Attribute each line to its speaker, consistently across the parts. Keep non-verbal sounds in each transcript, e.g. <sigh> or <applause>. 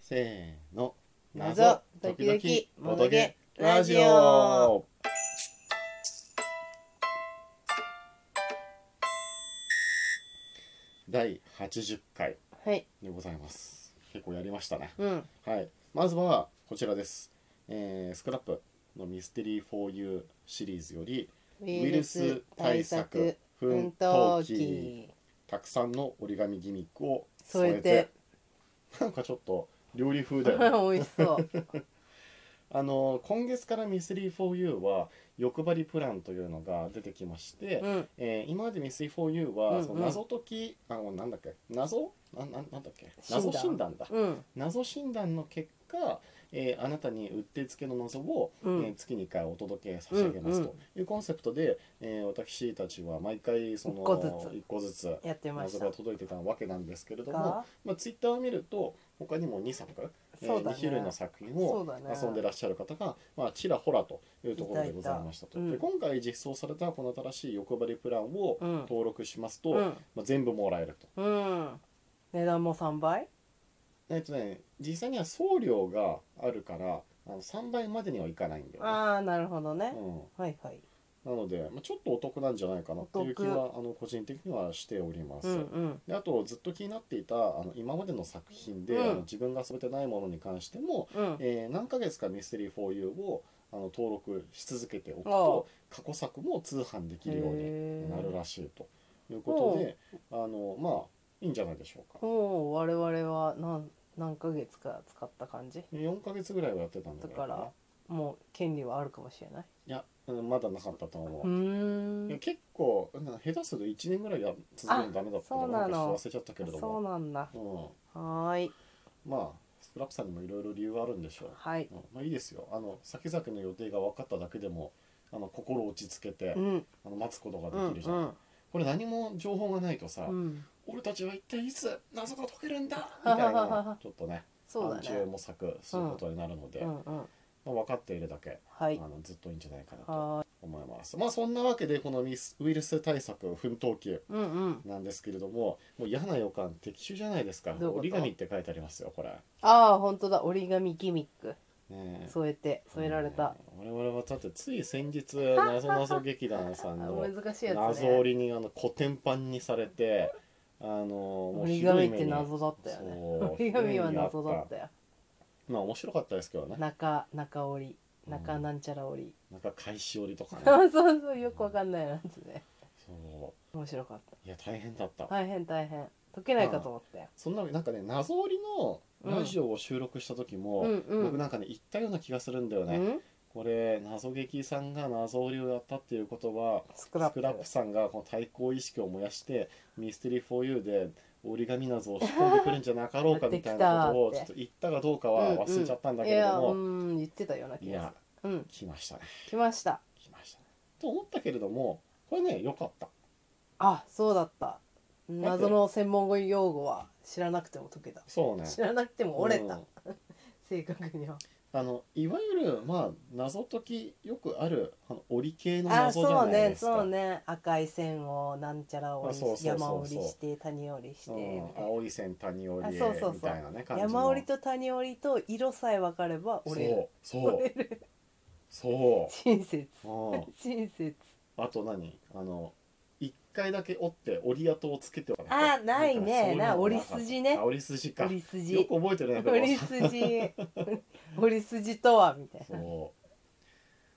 Speaker 1: せーの
Speaker 2: 謎時々
Speaker 1: 々
Speaker 2: ボドゲラジオ
Speaker 1: 第80回
Speaker 2: はい
Speaker 1: でございます結構やりましたね
Speaker 2: うん
Speaker 1: はいまずはこちらです、えースクラップのミステリー 4U シリーズより
Speaker 2: ウ
Speaker 1: ウイルス対策奮
Speaker 2: 奮
Speaker 1: 闘
Speaker 2: 闘
Speaker 1: 記
Speaker 2: 記
Speaker 1: たくさんの折り紙ギミックを
Speaker 2: 添えて
Speaker 1: なんかちょっと料理風
Speaker 2: <laughs> 美
Speaker 1: だよね
Speaker 2: 味しそう
Speaker 1: あの今月からミスリー 4U は欲張りプランというのが出てきまして、
Speaker 2: うん
Speaker 1: えー今までミスリー 4U
Speaker 2: うん
Speaker 1: は
Speaker 2: うん
Speaker 1: その謎解き、あのなんだっけ謎なななんだっけ
Speaker 2: 診断
Speaker 1: 謎診断だ
Speaker 2: うん
Speaker 1: 謎診断の結果、えーあなたにうってつけの謎を、
Speaker 2: うん
Speaker 1: えー月2回お届け差し上げます
Speaker 2: うんうん
Speaker 1: というコンセプトで、えー私たちは毎回その
Speaker 2: 一個ずつ
Speaker 1: 一個ずつ
Speaker 2: やってまし
Speaker 1: 謎
Speaker 2: た
Speaker 1: が届いてたわけなんですけれども、
Speaker 2: が
Speaker 1: まあ、ツイッターを見ると他にも2作、え
Speaker 2: そうだ
Speaker 1: 2
Speaker 2: ね
Speaker 1: 種類の作品を
Speaker 2: そうだね
Speaker 1: 遊んでらっしゃる方が、まあ、ちらほらというところでございましたと。
Speaker 2: いたいた
Speaker 1: で今回実装されたこの新しい欲張りプランを
Speaker 2: うん
Speaker 1: 登録しますと、
Speaker 2: うん
Speaker 1: まあ、全部もらえると。
Speaker 2: うん値段も3倍
Speaker 1: えっとね、実際には送料があるからあの3倍までにはいかないんだよね。
Speaker 2: ああなるほどね
Speaker 1: うん
Speaker 2: はいはい
Speaker 1: なので、まあ、ちょっとお得なんじゃないかなっていう気はあの個人的にはしております。
Speaker 2: うんうん
Speaker 1: であとずっと気になっていたあの今までの作品で、
Speaker 2: うん
Speaker 1: あの自分が遊べてないものに関しても、
Speaker 2: うん
Speaker 1: えー何ヶ月かミステリー 4U をあの登録し続けておくと過去作も通販できるようになるらしいということであのまあいいんじゃないでしょうか
Speaker 2: もう我々は何何ヶ月か使った感じ
Speaker 1: 4ヶ月ぐらいはやってたんだ
Speaker 2: だ
Speaker 1: けど
Speaker 2: からもう権利はあるかもしれない
Speaker 1: いや、うん、まだなかったと思
Speaker 2: う
Speaker 1: う、
Speaker 2: ー
Speaker 1: いや
Speaker 2: ん
Speaker 1: 結構うん下手すると1年ぐらいや続けるのダメだった
Speaker 2: あそう
Speaker 1: な
Speaker 2: なの
Speaker 1: んか忘れちゃったけれど
Speaker 2: そう
Speaker 1: も
Speaker 2: なんだ
Speaker 1: う
Speaker 2: はーい
Speaker 1: ん、まあスクラップさんにもいろいろ理由はあるんでしょう
Speaker 2: はい
Speaker 1: うんまあいいですよあの先々の予定が分かっただけでもあの心落ち着けて、
Speaker 2: うん
Speaker 1: あの待つことが
Speaker 2: うん
Speaker 1: できるじゃん、これ何も情報がないとさ、
Speaker 2: うんうん
Speaker 1: 俺たちは一体いつ謎が解けるん
Speaker 2: <laughs>
Speaker 1: だみ
Speaker 2: はは
Speaker 1: たい
Speaker 2: はは
Speaker 1: なちょっとね
Speaker 2: そうだ
Speaker 1: 暗中
Speaker 2: ね
Speaker 1: 模索することになるので、
Speaker 2: うんうん
Speaker 1: まあ、分かっているだけ、
Speaker 2: はい
Speaker 1: あのずっといいんじゃないかなと
Speaker 2: はーい
Speaker 1: 思いますまあそんなわけでこのミスウイルス対策奮闘記
Speaker 2: うんうん
Speaker 1: なんですけれどももう嫌な予感的中じゃないですか
Speaker 2: どういうこと
Speaker 1: 折り紙って書いてありますよこれ、
Speaker 2: ああ本当だ折り紙ギミック
Speaker 1: ねえ
Speaker 2: 添えて添えられた、
Speaker 1: うん我々はだってつい先日なぞなぞ劇団さ
Speaker 2: <laughs> あ
Speaker 1: んの
Speaker 2: 難しいやつね
Speaker 1: 謎折りにあのコテンパンにされてあのもう
Speaker 2: 折
Speaker 1: ひ
Speaker 2: り
Speaker 1: ど
Speaker 2: 紙
Speaker 1: い
Speaker 2: っ
Speaker 1: 目
Speaker 2: て
Speaker 1: に
Speaker 2: 謎だったよね
Speaker 1: そう
Speaker 2: 折り紙は謎だったよ
Speaker 1: まあ面白かったですけどね
Speaker 2: 中中折り中
Speaker 1: うん
Speaker 2: なんちゃら折り、
Speaker 1: なんか返し折りとか
Speaker 2: <laughs>
Speaker 1: ね
Speaker 2: そうそうよくわかんないやつね
Speaker 1: そ
Speaker 2: 面白かっ
Speaker 1: ういや大変だった、
Speaker 2: た大変大変解けないかと思ったよ、
Speaker 1: そんななんかね謎折りのラジオを収録した時も、
Speaker 2: うんうん
Speaker 1: 僕なんかね言ったような気がするんだよね、
Speaker 2: うん
Speaker 1: これ謎劇さんが謎折りをやったっていうことは
Speaker 2: ス
Speaker 1: ス
Speaker 2: クラッ
Speaker 1: ク
Speaker 2: プ
Speaker 1: ラップさんがこの対抗意識を燃やしてミステリー 4U で折り紙謎を仕込んでくるんじゃなかろうかみたいなことをちょ
Speaker 2: やってきたって
Speaker 1: っと言ったかどうかは忘れちゃったんだけれども、
Speaker 2: うんうん、いやうん言ってたような気
Speaker 1: い
Speaker 2: が
Speaker 1: や
Speaker 2: するうん
Speaker 1: 来ましたね
Speaker 2: 来ました
Speaker 1: 来ましたねと思ったけれどもこれね良かった
Speaker 2: あそうだった謎の専門語用語は知らなくても解けた
Speaker 1: そうね
Speaker 2: 知らなくても折れた、
Speaker 1: うん
Speaker 2: 正確には
Speaker 1: あのいわゆるまあ謎解きよくあるあの折り系の
Speaker 2: あ
Speaker 1: 謎じゃ
Speaker 2: そう
Speaker 1: ない
Speaker 2: ね
Speaker 1: ですか
Speaker 2: そうね赤い線をなんちゃら折りし
Speaker 1: あそうそうそうそう
Speaker 2: 山折りして谷折りして、
Speaker 1: うん、青い線谷折り
Speaker 2: あそうそうそう
Speaker 1: みたいなね感じの
Speaker 2: 山折りと谷折りと色さえ分かれば折れる
Speaker 1: そうそうそ
Speaker 2: 親切
Speaker 1: う、
Speaker 2: <laughs>
Speaker 1: うん、
Speaker 2: 親切
Speaker 1: あと何あの一回だけ折って折り跡をつけておか
Speaker 2: あないね
Speaker 1: んかそううのが
Speaker 2: な折り筋ね
Speaker 1: あ折り筋か
Speaker 2: 折り
Speaker 1: よ
Speaker 2: 筋
Speaker 1: く覚えてるね
Speaker 2: 折り
Speaker 1: こ
Speaker 2: 筋 <laughs> 折り筋とはみたい
Speaker 1: こ
Speaker 2: な
Speaker 1: そう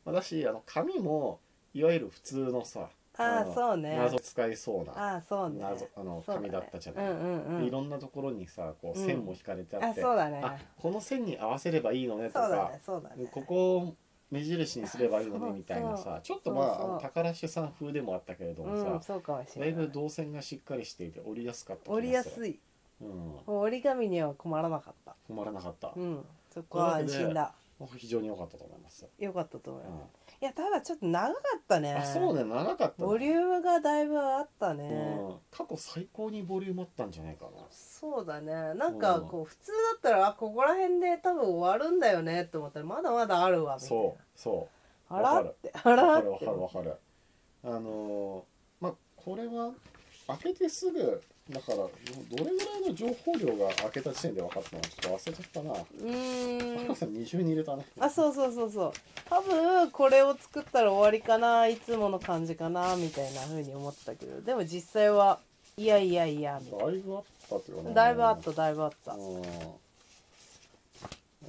Speaker 1: 私あの紙もいわゆる普通のさ
Speaker 2: あ
Speaker 1: の
Speaker 2: あそうね
Speaker 1: 謎使いそうな
Speaker 2: ああそうね
Speaker 1: 謎あの
Speaker 2: そうだね
Speaker 1: 紙だったじゃない、
Speaker 2: うんうんうん
Speaker 1: いろんなところにさこう線も引かれてあ
Speaker 2: あ
Speaker 1: って、
Speaker 2: そうだね
Speaker 1: あこの線に合わせればいいのねと
Speaker 2: そうだ
Speaker 1: か
Speaker 2: ねそうだね
Speaker 1: ここを目印にすればいいの
Speaker 2: あそ
Speaker 1: ね
Speaker 2: う
Speaker 1: みたいなさちょっとま
Speaker 2: そうそう
Speaker 1: ああの宝酒さん風でもあったけれどもさ、
Speaker 2: うんそうかもし
Speaker 1: だ
Speaker 2: れ
Speaker 1: い
Speaker 2: な
Speaker 1: ぶ
Speaker 2: い
Speaker 1: 動線がしっかりしていて折りやすかった気がする
Speaker 2: 折りやすい
Speaker 1: うん、
Speaker 2: もう折り紙には困らなかった
Speaker 1: 困らなかった、
Speaker 2: うんそこは安心だ
Speaker 1: 非常に良かったと思います、
Speaker 2: よかったと思
Speaker 1: う
Speaker 2: い
Speaker 1: ん
Speaker 2: ますいやただちょっと長かったね
Speaker 1: あそうね長かったね
Speaker 2: ボリュームがだいぶあったね、
Speaker 1: うん、過去最高にボリュームあったんじゃないかな
Speaker 2: そうだねなんかこう普通だったらあここら辺で多分終わるんだよねって思ったらまだまだあるわみたいな
Speaker 1: そうそ
Speaker 2: あら
Speaker 1: わか
Speaker 2: っ
Speaker 1: る
Speaker 2: てあ
Speaker 1: う
Speaker 2: ら
Speaker 1: わか
Speaker 2: っ
Speaker 1: るわか
Speaker 2: て
Speaker 1: るわかるあのーまあこれは開けてすぐだからどれぐらいの情報量が開けた時点で分かったのかちょっと忘れちゃったな
Speaker 2: うー
Speaker 1: 高
Speaker 2: ん
Speaker 1: 橋さん二重に入れたね
Speaker 2: あそうそうそうそう多分これを作ったら終わりかないつもの感じかなみたいな風に思ってたけどでも実際はいやいやいやみたい
Speaker 1: だいぶあったっていうか
Speaker 2: な
Speaker 1: ね
Speaker 2: だいぶあっただいぶあっ
Speaker 1: あ
Speaker 2: た
Speaker 1: ーも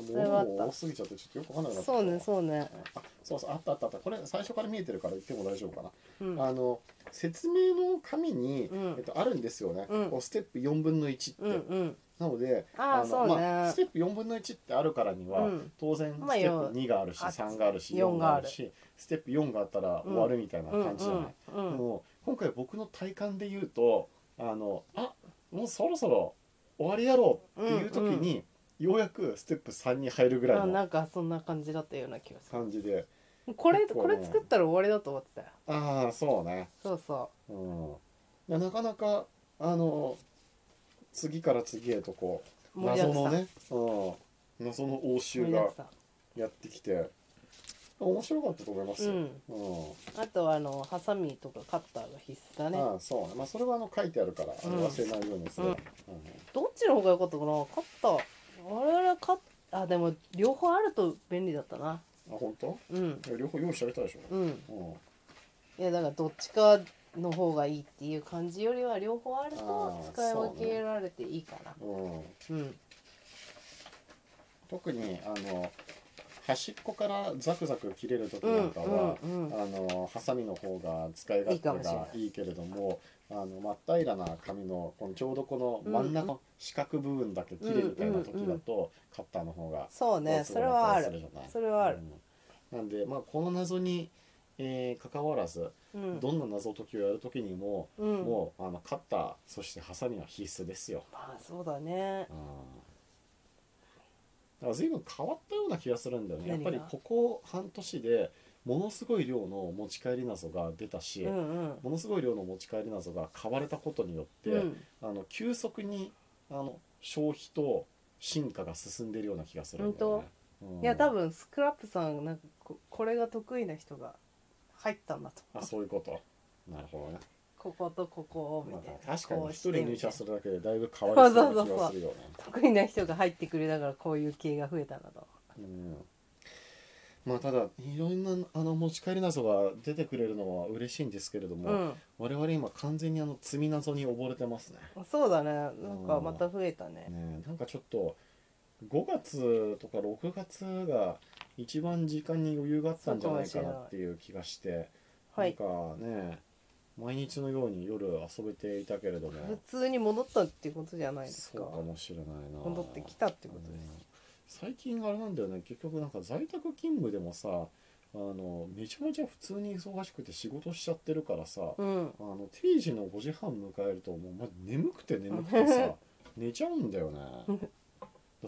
Speaker 2: だいぶあっ
Speaker 1: う
Speaker 2: た
Speaker 1: 多すぎちゃってちょっとよくわかんなくなった
Speaker 2: そうねそうね
Speaker 1: あそうそうあったあったあったこれ最初から見えてるから言っても大丈夫かな、
Speaker 2: うん
Speaker 1: あの説明の紙に、
Speaker 2: うん
Speaker 1: えっと、あるんですよね、
Speaker 2: うん
Speaker 1: こうステップ4分の1って、
Speaker 2: うんうん
Speaker 1: なので
Speaker 2: あー
Speaker 1: の
Speaker 2: そうね
Speaker 1: まあ、ステップ4分の1ってあるからには、
Speaker 2: うん
Speaker 1: 当然ス
Speaker 2: まあ
Speaker 1: テ
Speaker 2: よ
Speaker 1: ップ2があるし、
Speaker 2: あ
Speaker 1: 3があるし
Speaker 2: 四
Speaker 1: 4
Speaker 2: が
Speaker 1: が
Speaker 2: あ
Speaker 1: あ
Speaker 2: る
Speaker 1: るしステップ4があったら終わるみたいな
Speaker 2: うん
Speaker 1: 感じじゃない、
Speaker 2: うんうん
Speaker 1: でも今回僕の体感で言うとあのあもうそろそろ終わりやろうっていう時に、ようやくステップ3に入るぐら
Speaker 2: あ
Speaker 1: い
Speaker 2: な
Speaker 1: の
Speaker 2: んかそんな感じだったような気がす
Speaker 1: 感じで
Speaker 2: るこれ
Speaker 1: 結構
Speaker 2: こ
Speaker 1: ね
Speaker 2: れ作ったら終わりだと思ってたよ
Speaker 1: ああそうね
Speaker 2: そうそ
Speaker 1: うんいやなかなかあの次から次へとこ
Speaker 2: う
Speaker 1: う謎のね、うん、謎の応
Speaker 2: 盛
Speaker 1: 酬
Speaker 2: りだ
Speaker 1: が
Speaker 2: くさん
Speaker 1: やってきて面白かったと思いますよ、
Speaker 2: うん
Speaker 1: うん
Speaker 2: あとはあのハサミとかカッターが必須だね
Speaker 1: ああそうねまあそれはあの書いてあるから、あの
Speaker 2: うん
Speaker 1: 忘れないようにする、
Speaker 2: うんどっちの方が良かったかなカッター我々はカッあでも両方あると便利だったな
Speaker 1: うんあ本当
Speaker 2: うん
Speaker 1: いや両方用意してあげたでしょ、
Speaker 2: うん
Speaker 1: うん
Speaker 2: いやだからどっちかの方がいいっていう感じよりは両方ある
Speaker 1: あ
Speaker 2: と
Speaker 1: ー
Speaker 2: 使い分けられていいかな
Speaker 1: うん、
Speaker 2: うん
Speaker 1: 特にあの端っこからザクザク切れる時
Speaker 2: うん
Speaker 1: なんかは、
Speaker 2: うんうん
Speaker 1: あのハサミの方が使い勝手がいいけれどもあの真っ平らな紙のこのちょうどこの真ん中の四角部分だけ切れるみたいな時だと、カッターの方が
Speaker 2: そうねそれはあるそれはある、
Speaker 1: うんなんでまあこの謎に、えー関わらず、
Speaker 2: うん
Speaker 1: どんな謎解きをやる時にも、
Speaker 2: うん
Speaker 1: もうあのカッターそしてハサミは必須ですよ。
Speaker 2: まあそうだね
Speaker 1: うんだから随分変わったような気がするんだよねやっ
Speaker 2: 何
Speaker 1: ぱ
Speaker 2: が
Speaker 1: りここ半年でものすごい量の持ち帰り謎が出たし、
Speaker 2: うんうん
Speaker 1: ものすごい量の持ち帰り謎が買われたことによって、
Speaker 2: うん
Speaker 1: あの急速にあの消費と進化が進んでるような気がするんだよね。うん
Speaker 2: いや多分スクラップさんなんかここれが得意な人が入ったんだと
Speaker 1: あそういうことなるほどね、
Speaker 2: こことここをみ
Speaker 1: ま
Speaker 2: たいな、
Speaker 1: あ、確かに
Speaker 2: こう
Speaker 1: 一
Speaker 2: して
Speaker 1: 人
Speaker 2: みたいな
Speaker 1: 入社するだけでだいぶ変わりそうな気がするよね。
Speaker 2: 得意な人が入ってくるだからこういう系が増えたんだと
Speaker 1: うんまあただいろんなあの持ち帰り謎が出てくれるのは嬉しいんですけれども、
Speaker 2: う
Speaker 1: 我々今完全にあの積み謎に溺れてますね
Speaker 2: んそうだねなんかまた増えたね
Speaker 1: ねえなんかちょっと5月とか6月が一番時間に余裕があったんじゃないかなっていう気がして
Speaker 2: は
Speaker 1: なん
Speaker 2: い
Speaker 1: かね毎日のように夜遊べていたけれど
Speaker 2: 普
Speaker 1: も
Speaker 2: 通に戻ったっていうことじゃないです
Speaker 1: そ
Speaker 2: か
Speaker 1: うかもしれないな
Speaker 2: 戻ってきたってことで
Speaker 1: うん最近あれなんだよね結局なんか在宅勤務でもさあのめちゃめちゃ普通に忙しくて仕事しちゃってるからさ、
Speaker 2: すうん
Speaker 1: あの定時の5時半迎えるともう、ま、眠くて眠くてさ寝ちゃうんだよ
Speaker 2: <laughs>
Speaker 1: ね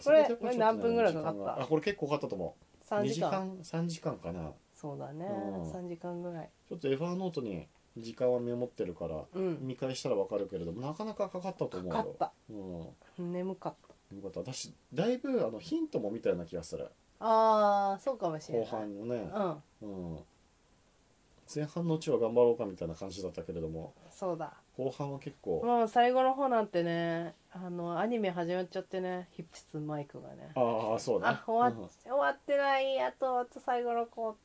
Speaker 1: そでやっぱりちょっとね
Speaker 2: これ何分ぐらいかかった
Speaker 1: 時間があこれ結構かかったと思う
Speaker 2: 3
Speaker 1: 2
Speaker 2: 時
Speaker 1: 時
Speaker 2: 間
Speaker 1: 間3時間かな
Speaker 2: そうだね
Speaker 1: うん
Speaker 2: 3時間ぐらい
Speaker 1: ちょっとエファーノートに時間はメモってるから
Speaker 2: うん
Speaker 1: 見返したらわかるけれどもなかなかかかったと思うよ
Speaker 2: かかった
Speaker 1: うん、よ
Speaker 2: 眠かっ
Speaker 1: かった私だいぶあのヒントもみたいな気がする
Speaker 2: たあーそうかもしれな
Speaker 1: 後
Speaker 2: い
Speaker 1: 半のね、
Speaker 2: うん
Speaker 1: うん、前半のうちは頑張ろうかみたいな感じだったけれども
Speaker 2: そうだ
Speaker 1: 後半は結構、
Speaker 2: もう最後の方なんてねあのアニメ始まっちゃってねヒップスマイクがね
Speaker 1: ああそうだ、ね
Speaker 2: あ、終わっ終わってないあとあと最後の工
Speaker 1: <laughs>
Speaker 2: 程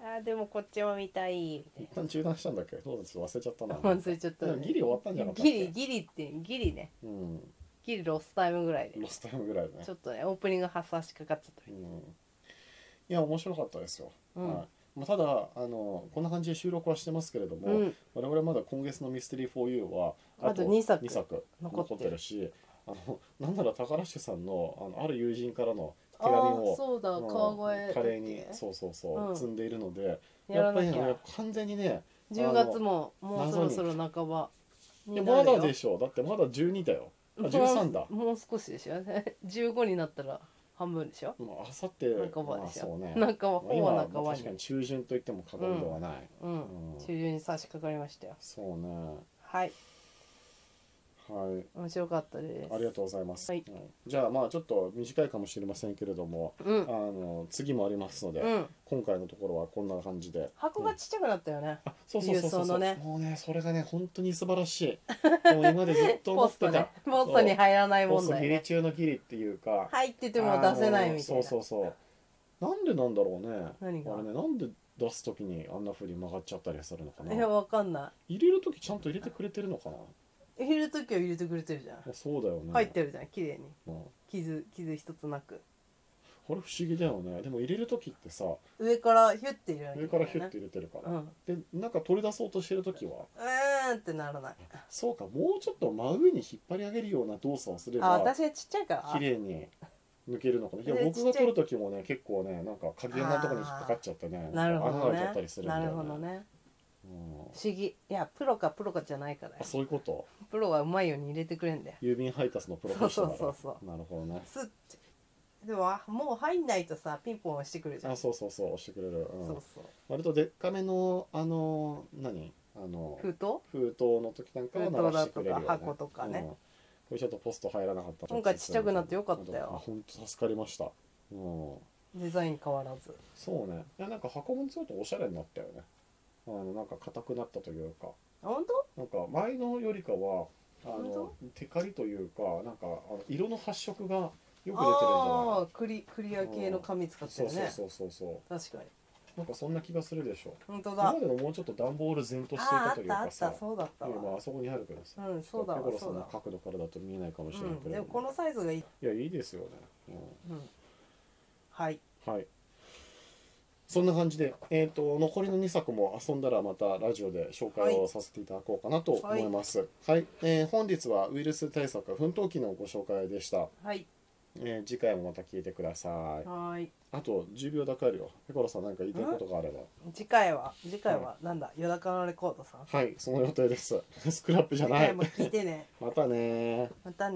Speaker 2: あでもこっちも見たい
Speaker 1: うん
Speaker 2: み
Speaker 1: 一旦中断したんだっけどうです忘れちゃったな
Speaker 2: 忘れちゃったね
Speaker 1: でもギリ終わったんじ
Speaker 2: た
Speaker 1: ゃ
Speaker 2: い
Speaker 1: なか
Speaker 2: な
Speaker 1: ったっ
Speaker 2: ギ
Speaker 1: け
Speaker 2: リギリってギリね
Speaker 1: うん
Speaker 2: ギリロスタイムぐらいで
Speaker 1: ロスタイムぐらいね
Speaker 2: ちょっとねオープニング発差しかかっちゃった
Speaker 1: う
Speaker 2: み
Speaker 1: ん、いや面白かったですよ、
Speaker 2: うん
Speaker 1: はいまあ、ただあのこんな感じで収録はしてますけれども、
Speaker 2: たいうん
Speaker 1: 我々まだ今月の「ミステリー 4U」は
Speaker 2: あと2作
Speaker 1: 2作
Speaker 2: 残
Speaker 1: 残
Speaker 2: ってる
Speaker 1: ってるしあのなんなら宝酒さんのあのある友人からの手
Speaker 2: あ
Speaker 1: 紙
Speaker 2: あ
Speaker 1: も
Speaker 2: そうだ
Speaker 1: うん
Speaker 2: 川越
Speaker 1: カレーに
Speaker 2: だっ
Speaker 1: そうそうそう、
Speaker 2: うん
Speaker 1: 積んでいるので
Speaker 2: けや
Speaker 1: や
Speaker 2: ら
Speaker 1: っぱ
Speaker 2: な
Speaker 1: り
Speaker 2: き
Speaker 1: ね
Speaker 2: ゃ
Speaker 1: 完全にね
Speaker 2: 10月ももうそろそろ半ば
Speaker 1: いや
Speaker 2: に
Speaker 1: ま
Speaker 2: なる
Speaker 1: だ
Speaker 2: よ
Speaker 1: でしょだってまだ12だよあ
Speaker 2: もう
Speaker 1: 13だ
Speaker 2: もう少しでしょ <laughs> 15になったら半分でしょ
Speaker 1: もうあさって
Speaker 2: 半ばでし
Speaker 1: まあそう
Speaker 2: ょ
Speaker 1: ね
Speaker 2: 半ば
Speaker 1: まあ
Speaker 2: ほ
Speaker 1: 今
Speaker 2: ぼ
Speaker 1: は
Speaker 2: 半ば
Speaker 1: 確か
Speaker 2: に
Speaker 1: に中旬と言っても過言ではない、
Speaker 2: うん
Speaker 1: うん
Speaker 2: 中旬に差し掛かりましたよ
Speaker 1: そうね
Speaker 2: はい
Speaker 1: はい
Speaker 2: 面白かったです
Speaker 1: ありがとうございます、
Speaker 2: はい
Speaker 1: じゃあまあちょっと短いかもしれませんけれども、
Speaker 2: う
Speaker 1: あ
Speaker 2: ん
Speaker 1: の次もありますので、
Speaker 2: うん
Speaker 1: 今回のところはこんな感じで
Speaker 2: 箱がちっちゃくなったよね、
Speaker 1: あそうそうそうそう
Speaker 2: 郵送のね
Speaker 1: もうねそれがね本当に素晴らしいもう今までずっと思
Speaker 2: <laughs> ポ
Speaker 1: っ
Speaker 2: ス
Speaker 1: てた、
Speaker 2: トねポストに入らない
Speaker 1: ボ
Speaker 2: 問
Speaker 1: スギ
Speaker 2: 題
Speaker 1: リ
Speaker 2: ね
Speaker 1: 中のギリっていうか
Speaker 2: 入ってても出せな
Speaker 1: あの
Speaker 2: いみたいな
Speaker 1: そうそうそうなんでなんだろうね
Speaker 2: 何が
Speaker 1: あれねなんで出す時にあんな風に曲がっちゃったりするのかない
Speaker 2: やわかんな
Speaker 1: 入れる時ちゃんと入れてくれてるのかな、
Speaker 2: い入れる時は入れてくれてるじゃん
Speaker 1: あそうだよね
Speaker 2: 入ってるじゃん綺麗に
Speaker 1: うん
Speaker 2: 傷傷一つなく
Speaker 1: これ不思議だよねでも入れる時ってさ
Speaker 2: 上からヒュッて入れなきゃ
Speaker 1: 上
Speaker 2: い
Speaker 1: か
Speaker 2: け
Speaker 1: ら
Speaker 2: ない
Speaker 1: ヒュッ
Speaker 2: ね
Speaker 1: て入れてるから、
Speaker 2: うんう
Speaker 1: でなんか取り出そうとしてる時は
Speaker 2: ーんってならない
Speaker 1: そうかもうちょっと真上に引っ張り上げるような動作をすれ
Speaker 2: あ
Speaker 1: ば
Speaker 2: 私はちっちゃいから
Speaker 1: 綺麗に抜けるのかないや
Speaker 2: で
Speaker 1: 僕
Speaker 2: ち
Speaker 1: が
Speaker 2: っちゃ
Speaker 1: 取
Speaker 2: い
Speaker 1: る時もね結構ねなんか鍵穴のところに引っかかっちゃってね
Speaker 2: なるほど
Speaker 1: 穴が開いちゃ
Speaker 2: ね
Speaker 1: ったりするんだよ
Speaker 2: な
Speaker 1: ね
Speaker 2: るほどね
Speaker 1: うん
Speaker 2: 不思議いやプロかプロかじゃないからよ
Speaker 1: あそういうこと
Speaker 2: プロはうまいように入れてくれんだよ
Speaker 1: 郵便配達のプロフェッショナル
Speaker 2: そうそうそう
Speaker 1: なるほどね
Speaker 2: スッてでもあもう入んないとさピンポン押してくるじゃん
Speaker 1: あそうそうそう押してくれる、うん、
Speaker 2: そうそう
Speaker 1: 割とでっかめのあの何あの
Speaker 2: 封筒
Speaker 1: 封筒の時なんかは鳴らしてくれるよ、ね、
Speaker 2: 封筒だとか箱とかね
Speaker 1: うんこれちょっとポスト入らなかった
Speaker 2: 今回ちっちゃくなってよかったよ
Speaker 1: あ本当助かりましたうん
Speaker 2: デザイン変わらず
Speaker 1: そうねいやなんか箱もちょっとおしゃれになったよねあのなんか硬くなったというか
Speaker 2: あ本
Speaker 1: なんか前のよりかはあの
Speaker 2: 本
Speaker 1: テカリというかなんかあの色の発色がよく出てるんじゃ
Speaker 2: 当
Speaker 1: な
Speaker 2: ああークリクリア系の紙使
Speaker 1: い
Speaker 2: って
Speaker 1: そう
Speaker 2: る
Speaker 1: そう
Speaker 2: ね
Speaker 1: そうそうそ
Speaker 2: 確かに
Speaker 1: うなんかそんな気がするでしょ
Speaker 2: 本当
Speaker 1: 今
Speaker 2: だ
Speaker 1: までのもうちょっと段ボール全としてい
Speaker 2: あ
Speaker 1: た
Speaker 2: あ
Speaker 1: とい
Speaker 2: っ
Speaker 1: う
Speaker 2: たあ
Speaker 1: か
Speaker 2: っ
Speaker 1: さ
Speaker 2: たそうだった
Speaker 1: 今
Speaker 2: わ
Speaker 1: あそこにあるけどさ
Speaker 2: うんそうだ
Speaker 1: ペコ
Speaker 2: わ
Speaker 1: ロさ
Speaker 2: そ
Speaker 1: ん
Speaker 2: うだ
Speaker 1: の
Speaker 2: わ
Speaker 1: 角度からだと見えないかもし
Speaker 2: う
Speaker 1: れない
Speaker 2: ん
Speaker 1: けれ
Speaker 2: で
Speaker 1: ど
Speaker 2: もこ
Speaker 1: も、
Speaker 2: のサイズがいい
Speaker 1: いやいいですよね、
Speaker 2: うんはい
Speaker 1: うんはいそんな感じで、えー、と残りの2作も遊んだらまたラジオで紹介をさせていただこうかなと思いますはい、えー本日はウイルス対策奮闘記のご紹介でした、
Speaker 2: はい
Speaker 1: えー次回もまた聞いてください
Speaker 2: はーい
Speaker 1: あと10秒だけあるよペコロさん何か言いたいことがあれば
Speaker 2: 次回は次回はなんだ夜中のレコードさん
Speaker 1: はいその予定です <laughs> スクラップじゃ
Speaker 2: 次
Speaker 1: な
Speaker 2: 回
Speaker 1: い
Speaker 2: も聞いてね
Speaker 1: またねー
Speaker 2: またね